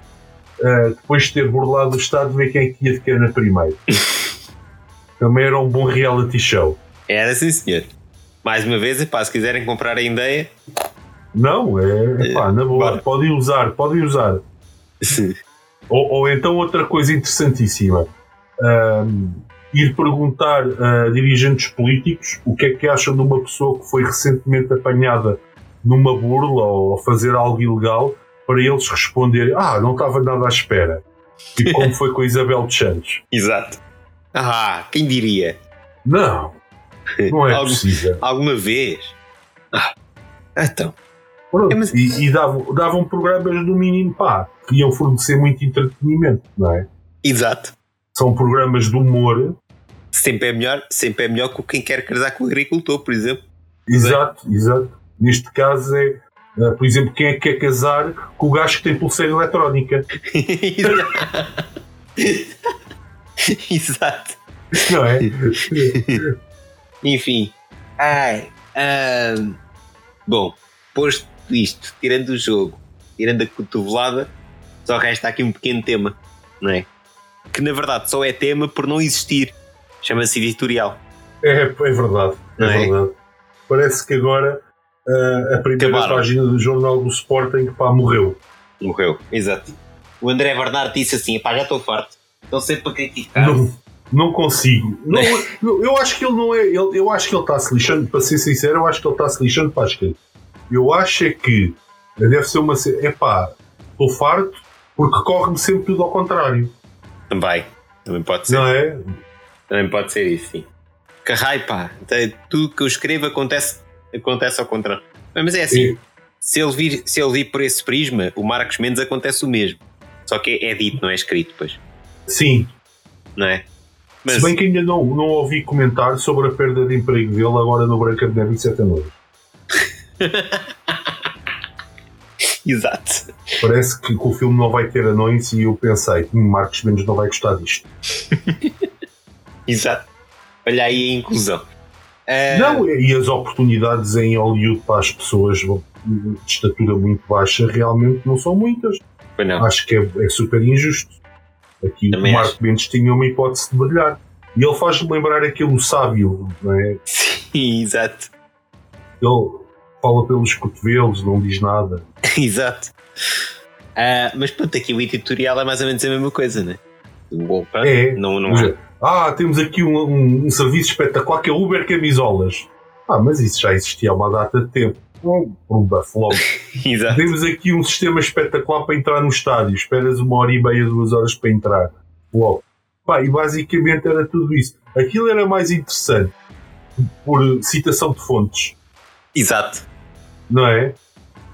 [SPEAKER 2] uh, depois de ter burlado o Estado, ver quem é que ia de cana primeiro. Também era um bom reality show.
[SPEAKER 1] Era sim, senhor. Mais uma vez, epá, se quiserem comprar a ideia,
[SPEAKER 2] Não, é, pá, na boa,
[SPEAKER 1] Bora.
[SPEAKER 2] podem usar, podem usar. Ou, ou então outra coisa interessantíssima. Ahm, ir perguntar a dirigentes políticos o que é que acham de uma pessoa que foi recentemente apanhada numa burla ou a fazer algo ilegal para eles responderem ah, não estava nada à espera. Tipo como foi com a Isabel dos Santos.
[SPEAKER 1] exato. Ah, quem diria?
[SPEAKER 2] Não, não é
[SPEAKER 1] Algo-
[SPEAKER 2] possível.
[SPEAKER 1] Alguma vez? Ah, então.
[SPEAKER 2] Pronto,
[SPEAKER 1] É, mas-
[SPEAKER 2] E, e davam, davam programas no mínimo, pá, que iam fornecer muito entretenimento, não é?
[SPEAKER 1] Exato.
[SPEAKER 2] São programas de humor
[SPEAKER 1] Sempre é melhor, sempre é melhor que quem quer casar com o agricultor, por exemplo.
[SPEAKER 2] Exato, exato. Neste caso é, eh, por exemplo, quem é que quer casar com o gajo que tem pulseira eletrónica,
[SPEAKER 1] exato.
[SPEAKER 2] não é?
[SPEAKER 1] Enfim. Ai. ahm, bom, posto isto, tirando o jogo, tirando a cotovelada, só resta aqui um pequeno tema, não é? Que na verdade só é tema por não existir. Chama-se editorial.
[SPEAKER 2] É, é verdade, é,
[SPEAKER 1] Não é?
[SPEAKER 2] verdade. Parece que agora eh, a primeira
[SPEAKER 1] Acabaram.
[SPEAKER 2] página do jornal do Sporting, pá, morreu.
[SPEAKER 1] Morreu. Exato. O André Bernardo disse assim: pá, já estou farto. Estão sempre para criticar.
[SPEAKER 2] Não, não consigo. Não, não, eu acho que ele não é. ele- eu acho que ele está se lixando, para ser sincero, eu acho que ele está se lixando para a esquerda. Eu acho é que deve ser uma. É pá, estou farto porque corre-me sempre tudo ao contrário,
[SPEAKER 1] Também. Também pode ser.
[SPEAKER 2] não é?
[SPEAKER 1] Também pode ser isso, sim. Carrai, pá. Até Tudo que eu escrevo acontece, acontece ao contrário. Mas é assim.
[SPEAKER 2] E-
[SPEAKER 1] Se ele, vir, se ele vir por esse prisma, o Marcos Mendes acontece o mesmo. Só que é, é dito, não é escrito, pois.
[SPEAKER 2] sim,
[SPEAKER 1] Não é?
[SPEAKER 2] Se bem que ainda não, não ouvi comentar sobre a perda de emprego dele agora no Branca de Neve em sete anos.
[SPEAKER 1] Exato.
[SPEAKER 2] Parece que, que o filme não vai ter anões e eu pensei, hum, Marcos Mendes não vai gostar disto.
[SPEAKER 1] Exato. Olha aí a inclusão. Ah,
[SPEAKER 2] Não, é, e as oportunidades em Hollywood para as pessoas de estatura muito baixa realmente não são muitas.
[SPEAKER 1] Pois não.
[SPEAKER 2] Acho que é, é super injusto. Aqui
[SPEAKER 1] Também
[SPEAKER 2] o Marco Mendes tinha uma hipótese de brilhar. E ele faz-me lembrar aquele sábio, não é?
[SPEAKER 1] Sim, exato.
[SPEAKER 2] Ele fala pelos cotovelos, não diz nada.
[SPEAKER 1] Exato. Ah, mas pronto, aqui o editorial é mais ou menos a mesma coisa, né? Opa,
[SPEAKER 2] É.
[SPEAKER 1] não, não há.
[SPEAKER 2] Ah, temos aqui um, um- um serviço espetacular que é Uber Camisolas. Ah, mas isso já existia há uma data de tempo. Um um bafo logo.
[SPEAKER 1] Exato.
[SPEAKER 2] Temos aqui um sistema espetacular para entrar no estádio. Esperas uma hora e meia, duas horas para entrar. Logo. Pá, e basicamente era tudo isso. Aquilo era mais interessante por eh, citação de fontes,
[SPEAKER 1] Exato.
[SPEAKER 2] não é?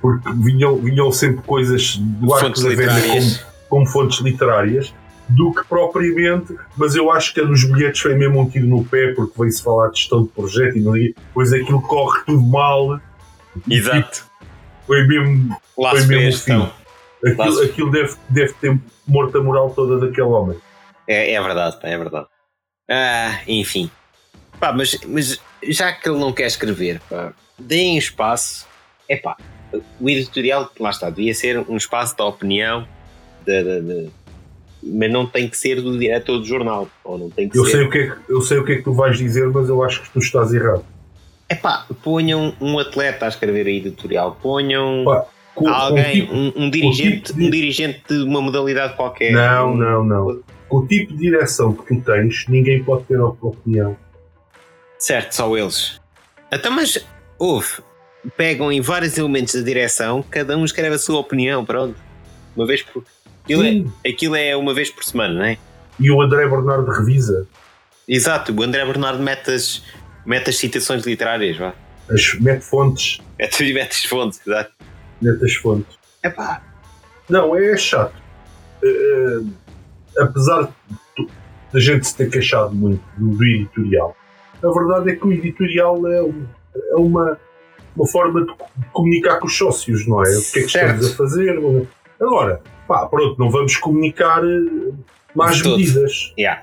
[SPEAKER 2] Porque vinham, vinham sempre coisas do arco
[SPEAKER 1] Fontes
[SPEAKER 2] da velha como,
[SPEAKER 1] literárias.
[SPEAKER 2] como fontes literárias do que propriamente, mas eu acho que a dos bilhetes foi mesmo um tiro no pé porque veio-se falar de gestão de projeto e não ia- depois aquilo corre tudo mal
[SPEAKER 1] Exato.
[SPEAKER 2] foi mesmo
[SPEAKER 1] Lá
[SPEAKER 2] Foi
[SPEAKER 1] se vê então. a gestão.
[SPEAKER 2] mesmo aquilo,
[SPEAKER 1] Lá-
[SPEAKER 2] aquilo deve, deve ter morto a moral toda daquele homem
[SPEAKER 1] É, é verdade, pá, é verdade. Ah, enfim. Pá, mas, mas já que ele não quer escrever, pá, deem espaço. É pá, o editorial, lá está, devia ser um espaço da opinião, da, da- da- mas não tem que ser do diretor do jornal. Ou não tem que
[SPEAKER 2] eu
[SPEAKER 1] ser.
[SPEAKER 2] sei, o que é que, eu sei o que é que tu vais dizer mas eu acho que tu estás errado
[SPEAKER 1] É pá, ponham um atleta a escrever a editorial, ponham
[SPEAKER 2] Pá, Com- com
[SPEAKER 1] alguém,
[SPEAKER 2] tipo-
[SPEAKER 1] um, um dirigente,
[SPEAKER 2] tipo de-
[SPEAKER 1] um dirigente de uma modalidade qualquer.
[SPEAKER 2] não,
[SPEAKER 1] Um-
[SPEAKER 2] não, não com o tipo de direção que tu tens ninguém pode ter op- opinião
[SPEAKER 1] Certo, só eles. Até mas, houve. Pegam em vários elementos da direção, cada um escreve a sua opinião, pronto. Uma vez por. Aquilo é,
[SPEAKER 2] Sim.
[SPEAKER 1] aquilo é uma vez por semana, não é?
[SPEAKER 2] e o André Bernardo revisa
[SPEAKER 1] Exato, o André Bernardo mete as, mete as citações literárias, vá.
[SPEAKER 2] as, mete fontes
[SPEAKER 1] Mete, mete as fontes, exato.
[SPEAKER 2] mete as fontes
[SPEAKER 1] Epá,
[SPEAKER 2] Não, é chato. Eh, eh, apesar de tu- da gente se ter queixado muito do, do editorial, a verdade é que o editorial é, um- é uma, uma forma de, co- de comunicar com os sócios, não é? O que é que
[SPEAKER 1] Certo.
[SPEAKER 2] estamos a fazer? não é? Agora, pá, pronto, não vamos comunicar eh, mais
[SPEAKER 1] De todo.
[SPEAKER 2] medidas.
[SPEAKER 1] yeah.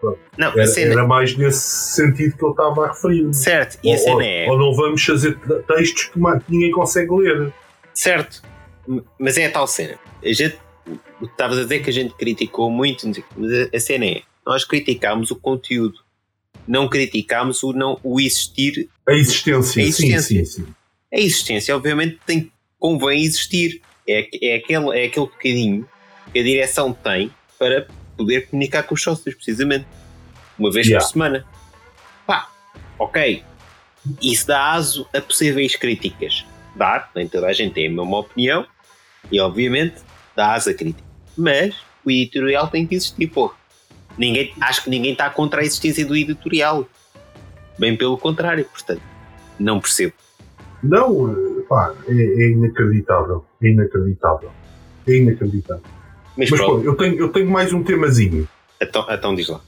[SPEAKER 2] Pronto.
[SPEAKER 1] Não, a
[SPEAKER 2] Era,
[SPEAKER 1] cena.
[SPEAKER 2] era mais nesse sentido que eu estava a referir.
[SPEAKER 1] Certo, e a
[SPEAKER 2] ou,
[SPEAKER 1] cena é.
[SPEAKER 2] ou não vamos fazer te- textos que ma- que ninguém consegue ler.
[SPEAKER 1] Certo, mas é a tal cena. A gente, o que estavas a dizer que a gente criticou muito, mas a, a cena é: nós criticámos o conteúdo, não criticámos o, não, o existir.
[SPEAKER 2] A existência, a existência. Sim, sim, sim.
[SPEAKER 1] É A existência, obviamente, tem, convém existir. É, é, aquele, é aquele bocadinho que a direção tem para poder comunicar com os sócios, precisamente. Uma vez yeah. por semana. Pá, ok. Isso dá aso a possíveis críticas. Dá, nem toda a gente tem a mesma opinião. E obviamente dá aso a crítica. Mas o editorial tem que existir, pô. Ninguém, acho que ninguém está contra a existência do editorial. Bem pelo contrário, portanto. Não percebo.
[SPEAKER 2] Não, pá, é, é inacreditável. É inacreditável. É inacreditável. Mas, Mas pronto, eu tenho, eu tenho mais um temazinho.
[SPEAKER 1] Então, então diz lá.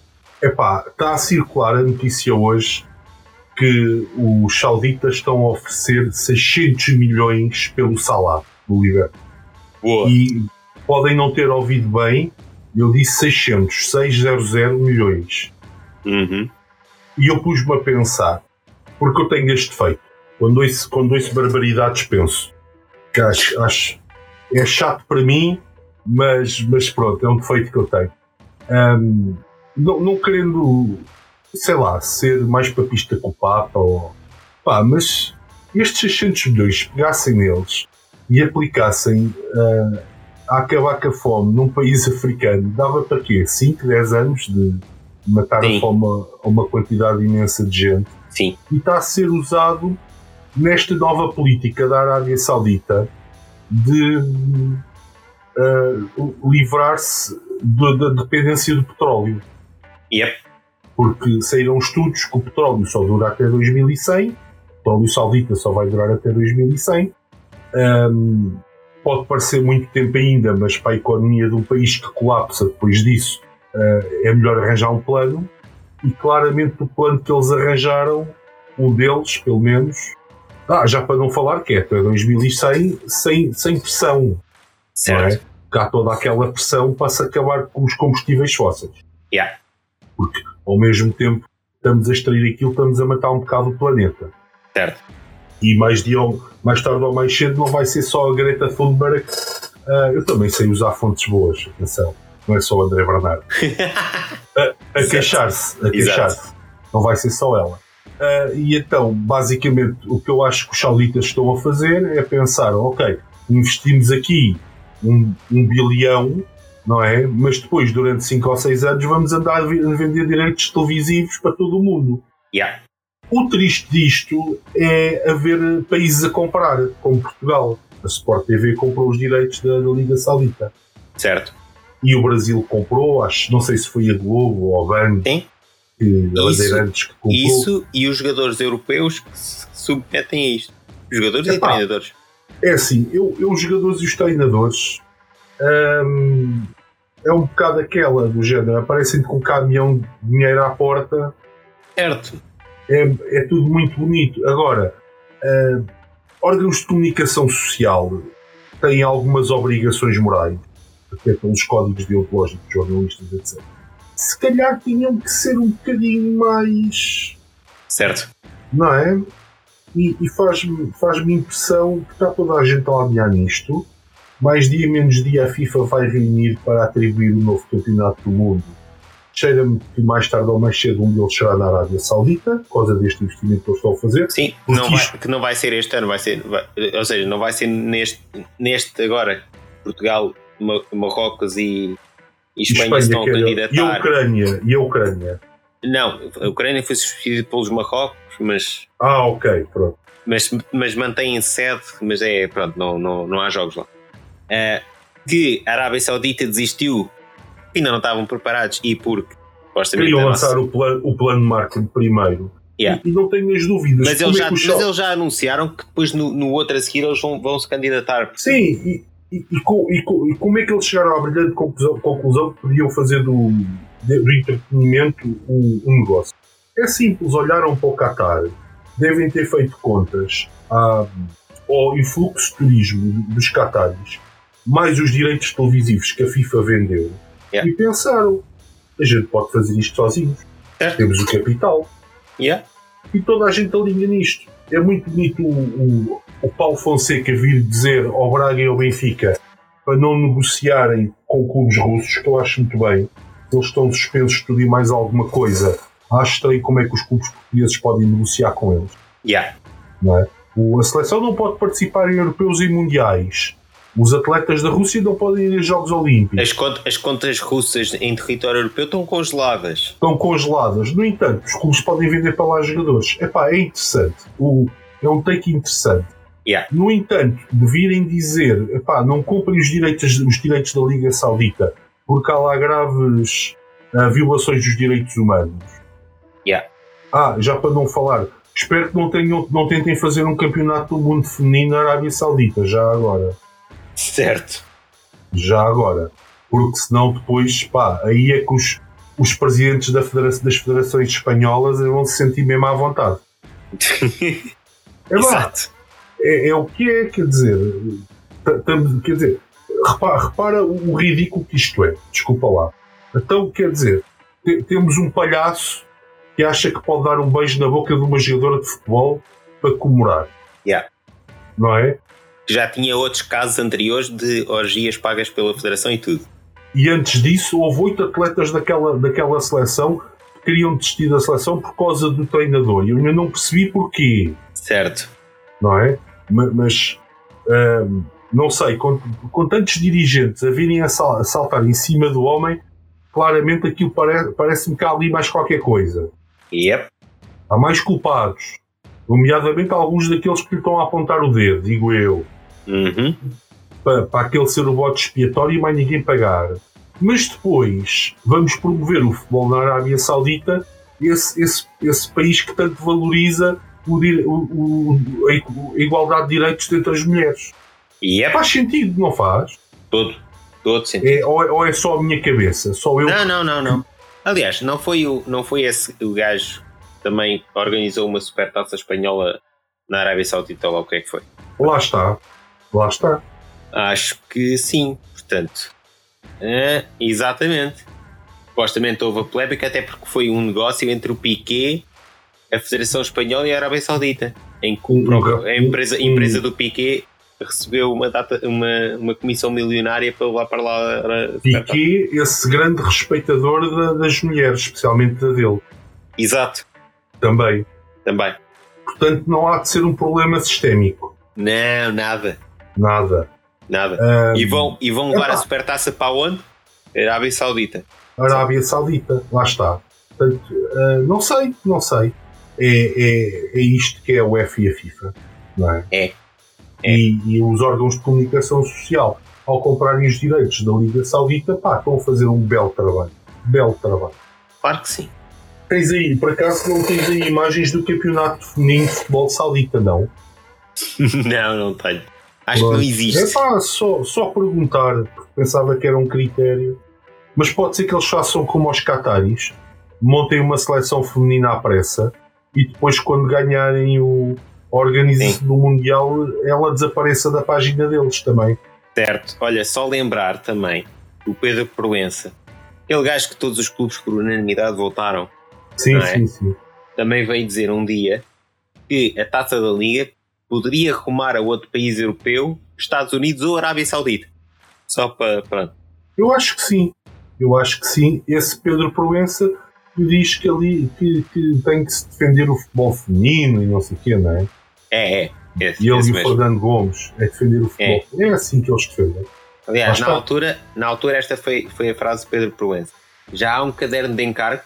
[SPEAKER 2] Epá, está a circular a notícia hoje que os sauditas estão a oferecer 600 milhões pelo salário do Liga.
[SPEAKER 1] Boa.
[SPEAKER 2] E podem não ter ouvido bem, eu disse 600, 600 milhões.
[SPEAKER 1] Uhum.
[SPEAKER 2] E eu pus-me a pensar, porque eu tenho este defeito. Quando ouço, quando ouço barbaridades, penso. Que acho, acho, é chato para mim, mas, mas pronto, é um defeito que eu tenho. Um, não, não, querendo, sei lá, ser mais papista que o Papa, ou, pá, mas estes 600 milhões pegassem neles e aplicassem uh, a acabar com a fome num país africano, dava para quê? 5, 10 anos de matar Sim. a fome a uma quantidade imensa de gente.
[SPEAKER 1] Sim.
[SPEAKER 2] E está a ser usado nesta nova política da Arábia Saudita de Uh, livrar-se da, da dependência do petróleo.
[SPEAKER 1] Yep.
[SPEAKER 2] Porque saíram estudos que o petróleo só dura até 2100, o petróleo saudita só vai durar até 2100. Um, pode parecer muito tempo ainda, mas para a economia de um país que colapsa depois disso, uh, é melhor arranjar um plano. E claramente, o plano que eles arranjaram, um deles, pelo menos, ah, já para não falar que é até 2100, sem, sem pressão,
[SPEAKER 1] Certo.
[SPEAKER 2] É? Há toda aquela pressão para se acabar com os combustíveis fósseis.
[SPEAKER 1] Yeah.
[SPEAKER 2] Porque, ao mesmo tempo, estamos a extrair aquilo, estamos a matar um bocado o planeta.
[SPEAKER 1] Certo.
[SPEAKER 2] E mais, de, um, mais tarde ou mais cedo não vai ser só a Greta Thunberg. Uh, eu também sei usar fontes boas, atenção. Não é só o André Bernardo. a, a queixar-se, a queixar-se. Não vai ser só ela. Uh, e então, basicamente, o que eu acho que os sauditas estão a fazer é pensar, ok, investimos aqui um, um, bilhão, não é? Mas depois, durante 5 ou 6 anos, vamos andar a vender direitos televisivos para todo o mundo.
[SPEAKER 1] Yeah.
[SPEAKER 2] O triste disto é haver países a comprar, como Portugal. A Sport TV comprou os direitos da, da Liga Saudita.
[SPEAKER 1] Certo.
[SPEAKER 2] E o Brasil comprou, acho, não sei se foi a Globo ou a Band. Sim. Bandeirantes que comprou.
[SPEAKER 1] Isso e os jogadores europeus que se submetem a isto. Os jogadores Epá. e treinadores.
[SPEAKER 2] É assim, eu, eu os jogadores e os treinadores hum, é um bocado aquela do género, aparecem com um caminhão de dinheiro à porta.
[SPEAKER 1] Certo.
[SPEAKER 2] É, é tudo muito bonito. Agora, hum, órgãos de comunicação social têm algumas obrigações morais, até pelos códigos deontológicos de jornalistas, etc. Se calhar tinham que ser um bocadinho mais.
[SPEAKER 1] Certo.
[SPEAKER 2] Não é? e, e faz-me faz impressão que está toda a gente a lamear nisto. Mais dia menos dia a FIFA vai reunir para atribuir o novo campeonato do mundo. Cheira-me que mais tarde ou mais cedo um deles será na Arábia Saudita, por causa deste investimento que eles estão a fazer.
[SPEAKER 1] Sim, não vai, isto... que não vai ser este ano, vai ser, vai, ou seja, não vai ser neste, neste agora. Portugal, Mar Marrocos e, e Espanha, Espanha estão a candidatar.
[SPEAKER 2] E a Ucrânia, e a Ucrânia.
[SPEAKER 1] Não, a Ucrânia foi substituída pelos Marrocos, mas.
[SPEAKER 2] Ah, ok, pronto.
[SPEAKER 1] Mas, mas mantém sede, mas é, pronto, não, não, não há jogos lá. Uh, que a Arábia Saudita desistiu, ainda não estavam preparados e porque.
[SPEAKER 2] Queriam lançar nossa... o, plan, o plano marketing primeiro.
[SPEAKER 1] Yeah.
[SPEAKER 2] E, e, não tenho as dúvidas. é
[SPEAKER 1] Mas, eles já, mas só... eles já anunciaram que depois no, no outro a seguir eles vão, vão se candidatar.
[SPEAKER 2] Sim, e, e, e, com, e, como é que eles chegaram à brilhante conclusão, conclusão que podiam fazer do, do entretenimento um, um, negócio. É simples, olharam para o Qatar, devem ter feito contas à, ao influxo de turismo dos Qataris, mais os direitos televisivos que a FIFA vendeu,
[SPEAKER 1] yeah.
[SPEAKER 2] e pensaram: a gente pode fazer isto sozinhos,
[SPEAKER 1] yeah.
[SPEAKER 2] temos o capital.
[SPEAKER 1] Yeah.
[SPEAKER 2] E toda a gente alinha nisto. É muito bonito o, o, o Paulo Fonseca vir dizer ao Braga e ao Benfica para não negociarem com clubes russos, que eu acho muito bem. Eles estão suspensos de tudo e mais alguma coisa. Acho estranho como é que os clubes portugueses podem negociar com eles.
[SPEAKER 1] Yeah.
[SPEAKER 2] Não é? O- A seleção não pode participar em europeus e mundiais. Os atletas da Rússia não podem ir a Jogos Olímpicos.
[SPEAKER 1] As, cont- as contas russas em território europeu estão congeladas.
[SPEAKER 2] estão congeladas. No entanto, os clubes podem vender para lá jogadores. Epá, é interessante. O, é um take interessante.
[SPEAKER 1] Yeah.
[SPEAKER 2] No entanto, de virem dizer epá, não comprem os direitos, os direitos da Liga Saudita porque há lá graves ah, violações dos direitos humanos.
[SPEAKER 1] Yeah.
[SPEAKER 2] Ah, já para não falar, espero que não, tenham, não tentem fazer um campeonato do mundo feminino na Arábia Saudita, já agora
[SPEAKER 1] Certo.
[SPEAKER 2] já agora. Porque senão depois, pá, aí é que os, os presidentes da federa- das federações espanholas vão se sentir mesmo à vontade. É, pá,
[SPEAKER 1] Exato.
[SPEAKER 2] é, é o que é, quer dizer, t- tam- quer dizer, repara, repara o o ridículo que isto é, desculpa lá. Então, quer dizer, te- temos um palhaço que acha que pode dar um beijo na boca de uma jogadora de futebol para comemorar.
[SPEAKER 1] Yeah.
[SPEAKER 2] Não é?
[SPEAKER 1] Já tinha outros casos anteriores de orgias pagas pela Federação e tudo.
[SPEAKER 2] E antes disso, houve oito atletas daquela, daquela seleção que queriam desistir da seleção por causa do treinador. E eu ainda não percebi porquê,
[SPEAKER 1] Certo.
[SPEAKER 2] não é? Ma- Mas, ahm, não sei, com, com tantos dirigentes a virem a sal- a saltar em cima do homem, claramente aquilo pare- parece-me que há ali mais qualquer coisa.
[SPEAKER 1] Yep.
[SPEAKER 2] Há mais culpados. Nomeadamente alguns daqueles que lhe estão a apontar o dedo, digo eu.
[SPEAKER 1] Uhum.
[SPEAKER 2] para, para aquele ser o voto expiatório e mais ninguém pagar. Mas depois vamos promover o futebol na Arábia Saudita, esse, esse, esse país que tanto valoriza o dire- o- o- a igu- a igualdade de direitos entre as mulheres. É,
[SPEAKER 1] Yep.
[SPEAKER 2] Faz sentido, não faz?
[SPEAKER 1] Todo. Todo sentido.
[SPEAKER 2] É, ou, é, ou é só a minha cabeça? Só eu.
[SPEAKER 1] Não, não, não, não. Aliás, não foi, o, não foi esse o gajo que também organizou uma supertaça espanhola na Arábia Saudita ou lá o que é que foi?
[SPEAKER 2] Lá está. Lá está.
[SPEAKER 1] Acho que sim, portanto. É, exatamente. Supostamente houve a polémica, até porque foi um negócio entre o Piquet, a Federação Espanhola e a Arábia Saudita. Em que o
[SPEAKER 2] Um-
[SPEAKER 1] próprio- a empresa, a empresa
[SPEAKER 2] um-
[SPEAKER 1] do Piquet recebeu uma, data, uma, uma comissão milionária para lá para lá. para-
[SPEAKER 2] Piquet, esse grande respeitador da- das mulheres, especialmente da dele,
[SPEAKER 1] Exato,
[SPEAKER 2] também.
[SPEAKER 1] também.
[SPEAKER 2] Portanto, não há de ser um problema sistémico.
[SPEAKER 1] Não, nada,
[SPEAKER 2] Nada.
[SPEAKER 1] nada.
[SPEAKER 2] Ah,
[SPEAKER 1] E vão, e vão levar
[SPEAKER 2] Epá.
[SPEAKER 1] a supertaça para onde? Arábia Saudita.
[SPEAKER 2] Arábia Saudita, lá está. Portanto, ah, não sei, não sei. É, é, é isto que é a UEFA e a FIFA, não é?
[SPEAKER 1] É.
[SPEAKER 2] E, e os órgãos de comunicação social, ao comprarem os direitos da Liga Saudita, pá, estão a fazer um belo trabalho. Belo trabalho.
[SPEAKER 1] Claro que sim.
[SPEAKER 2] Tens aí, por acaso não tens aí imagens do campeonato feminino de futebol saudita, não?
[SPEAKER 1] não, não tenho. Acho que não
[SPEAKER 2] É
[SPEAKER 1] existe.
[SPEAKER 2] pá, só, só perguntar, porque pensava que era um critério. Mas pode ser que eles façam como os cataris, montem uma seleção feminina à pressa e depois, quando ganharem o a organização do Mundial, ela desapareça da página deles também.
[SPEAKER 1] Certo. Olha, só lembrar também o Pedro Proença. Aquele gajo que todos os clubes por unanimidade votaram.
[SPEAKER 2] Sim,
[SPEAKER 1] Não é?
[SPEAKER 2] sim, sim.
[SPEAKER 1] Também veio dizer um dia que a taça da Liga poderia arrumar a outro país europeu, Estados Unidos ou Arábia Saudita. Só para. Pronto.
[SPEAKER 2] Eu acho que sim. Eu acho que sim. Esse Pedro Proença que diz que ali que, que tem que se defender o futebol feminino e não sei o quê, não é?
[SPEAKER 1] É, é. é,
[SPEAKER 2] E ele
[SPEAKER 1] esse
[SPEAKER 2] e o
[SPEAKER 1] mesmo.
[SPEAKER 2] Fernando Gomes é defender o futebol. é assim que eles defendem.
[SPEAKER 1] Aliás,
[SPEAKER 2] Lá
[SPEAKER 1] na
[SPEAKER 2] está.
[SPEAKER 1] altura, na altura, esta foi, foi a frase de Pedro Proença. Já há um caderno de encargo,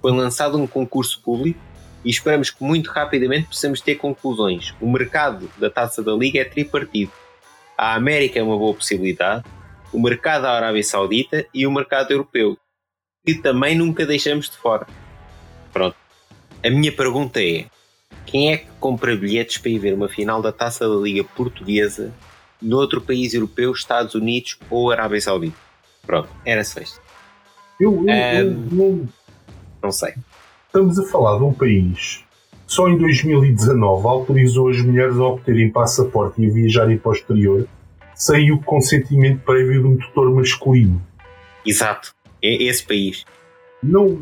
[SPEAKER 1] foi lançado um concurso público e esperamos que muito rapidamente possamos ter conclusões. O mercado da taça da Liga é tripartido. A América é uma boa possibilidade, o mercado da Arábia Saudita e o mercado europeu, que também nunca deixamos de fora. Pronto. A minha pergunta é: quem é que compra bilhetes para ir ver uma final da taça da Liga Portuguesa noutro país europeu, Estados Unidos ou Arábia Saudita. Pronto, era sexta.
[SPEAKER 2] Eu, eu-
[SPEAKER 1] É.
[SPEAKER 2] eu não-
[SPEAKER 1] Não sei.
[SPEAKER 2] estamos a falar de um país que só em 2019 autorizou as mulheres a obterem passaporte e a viajarem para o exterior sem o consentimento prévio de um tutor masculino.
[SPEAKER 1] Exato. É esse país.
[SPEAKER 2] Não,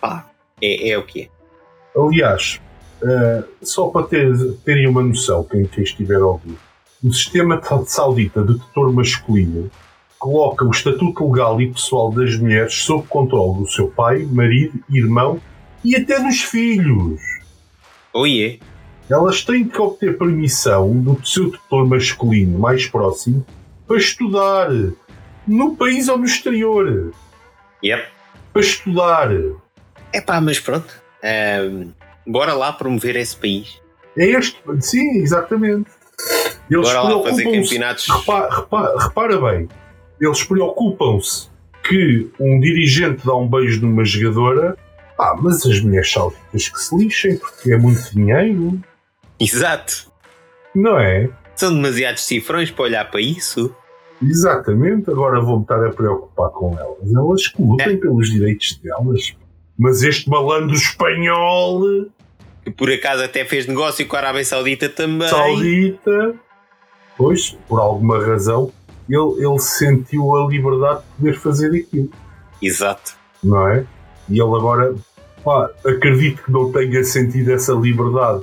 [SPEAKER 1] Pá, é, é o que é.
[SPEAKER 2] aliás, Uh, só para ter, terem uma noção, quem, quem estiver a ouvir, o sistema saudita de tutor masculino coloca o estatuto legal e pessoal das mulheres sob controle do seu pai, marido, irmão e até dos filhos.
[SPEAKER 1] Oh yeah.
[SPEAKER 2] Elas têm que obter permissão do seu tutor masculino mais próximo para estudar no país ou no exterior.
[SPEAKER 1] Yep.
[SPEAKER 2] Para estudar.
[SPEAKER 1] É pá, mas pronto. Ahm, bora lá promover esse país.
[SPEAKER 2] É este. Sim, exatamente. Eles um
[SPEAKER 1] Bora lá fazer
[SPEAKER 2] preocupam-se-
[SPEAKER 1] campeonatos.
[SPEAKER 2] Repa- repa- repara bem, eles preocupam-se que um dirigente dá um beijo numa jogadora. Ah, mas as mulheres sauditas que se lixem porque é muito dinheiro,
[SPEAKER 1] Exato.
[SPEAKER 2] não é?
[SPEAKER 1] São demasiados cifrões para olhar para isso.
[SPEAKER 2] Exatamente, agora vou-me estar a preocupar com elas. Elas que lutem pelos direitos delas. Mas este malandro espanhol,
[SPEAKER 1] Que por acaso até fez negócio com a Arábia Saudita também.
[SPEAKER 2] saudita, pois, por alguma razão, ele, ele sentiu a liberdade de poder fazer aquilo.
[SPEAKER 1] Exato.
[SPEAKER 2] não é? E ele agora, pá, acredito que não tenha sentido essa liberdade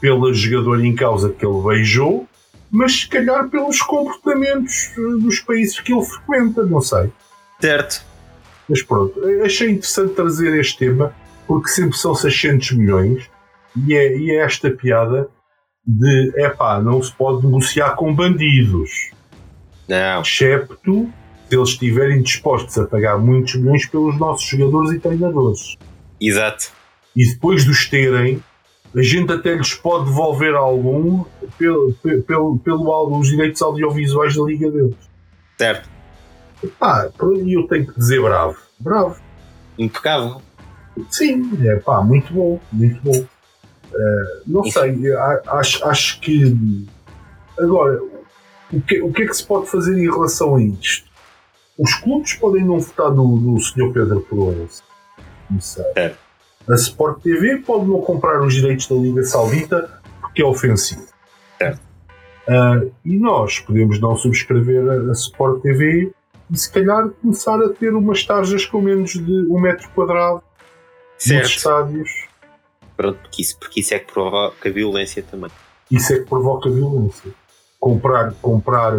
[SPEAKER 2] pela jogadora em causa que ele beijou, mas se calhar pelos comportamentos eh, dos países que ele frequenta, não sei.
[SPEAKER 1] Certo.
[SPEAKER 2] Mas pronto, achei interessante trazer este tema, porque sempre são 600 milhões, e é, e é esta piada de, epá, não se pode negociar com bandidos,
[SPEAKER 1] Não.
[SPEAKER 2] excepto se eles estiverem dispostos a pagar muitos milhões pelos nossos jogadores e treinadores.
[SPEAKER 1] Exato.
[SPEAKER 2] e depois de os terem, a gente até lhes pode devolver algum pelo, pelo, pelo, os direitos audiovisuais da Liga deles.
[SPEAKER 1] Certo.
[SPEAKER 2] Pá, por- e eu tenho que dizer bravo. Bravo.
[SPEAKER 1] Impecável.
[SPEAKER 2] Sim, é pá, muito bom, muito bom. Eh, não
[SPEAKER 1] Isso.
[SPEAKER 2] sei, eu a- acho, acho que. Agora, o que, o que é que se pode fazer em relação a isto? Os clubes podem não votar no, no Sr. Pedro Proença. Não sei.
[SPEAKER 1] É.
[SPEAKER 2] A Sport TV pode não comprar os direitos da Liga Saudita porque é ofensivo.
[SPEAKER 1] É.
[SPEAKER 2] Ah, e nós podemos não subscrever a, a Sport TV e se calhar começar a ter umas tarjas com menos de um metro quadrado nos
[SPEAKER 1] Certo.
[SPEAKER 2] estádios.
[SPEAKER 1] Pronto, porque isso, porque isso é que provoca violência também.
[SPEAKER 2] Isso é que provoca violência. Comprar, comprar,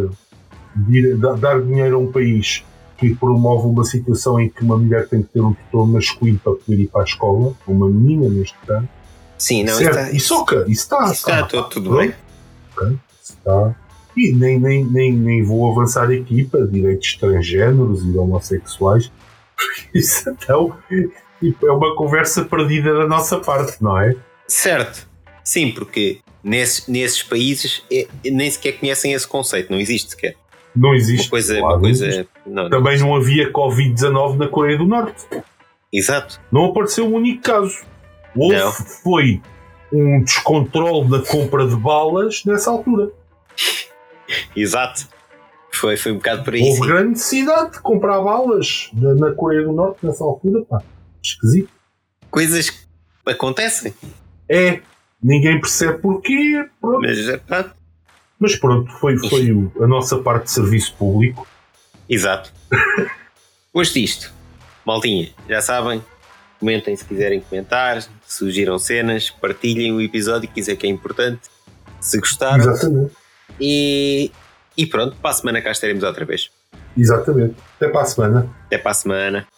[SPEAKER 2] dir- da- dar dinheiro a um país que promove uma situação em que uma mulher tem que ter um tutor masculino para poder ir para a escola, uma menina neste caso.
[SPEAKER 1] Sim, não,
[SPEAKER 2] Certo,
[SPEAKER 1] está,
[SPEAKER 2] isso, ok, isso está.
[SPEAKER 1] isso está
[SPEAKER 2] está-
[SPEAKER 1] tudo- tudo
[SPEAKER 2] pronto,
[SPEAKER 1] bem.
[SPEAKER 2] ok, isso está. E nem, nem, nem, nem vou avançar aqui para direitos transgéneros e homossexuais, porque isso então tipo, é uma conversa perdida da nossa parte, não é?
[SPEAKER 1] Certo. Sim, porque nesses, nesses países é- nem sequer conhecem esse conceito, não existe sequer.
[SPEAKER 2] Não
[SPEAKER 1] Uma
[SPEAKER 2] existe.
[SPEAKER 1] coisa.
[SPEAKER 2] claro,
[SPEAKER 1] uma
[SPEAKER 2] não existe.
[SPEAKER 1] coisa não, não.
[SPEAKER 2] Também não havia Covid-19 na Coreia do Norte.
[SPEAKER 1] Exato.
[SPEAKER 2] Não apareceu um único caso. Houve
[SPEAKER 1] Não.
[SPEAKER 2] foi um descontrole da compra de balas nessa altura.
[SPEAKER 1] Exato. Foi, foi um bocado por aí.
[SPEAKER 2] Houve
[SPEAKER 1] sim.
[SPEAKER 2] grande necessidade de comprar balas na, na Coreia do Norte nessa altura. Pá, esquisito.
[SPEAKER 1] Coisas que acontecem.
[SPEAKER 2] É, ninguém percebe porquê. Pronto. Mas,
[SPEAKER 1] Mas, é, pronto.
[SPEAKER 2] pronto, foi, foi o- a nossa parte de serviço público.
[SPEAKER 1] Exato. Gosto disto. Maltinha, já sabem. Comentem se quiserem comentar, sugiram cenas, partilhem o episódio que quiser que é importante. Se gostaram.
[SPEAKER 2] Exatamente.
[SPEAKER 1] E, e pronto, para a semana cá estaremos outra vez.
[SPEAKER 2] Exatamente. Até para a semana.
[SPEAKER 1] Até para a semana.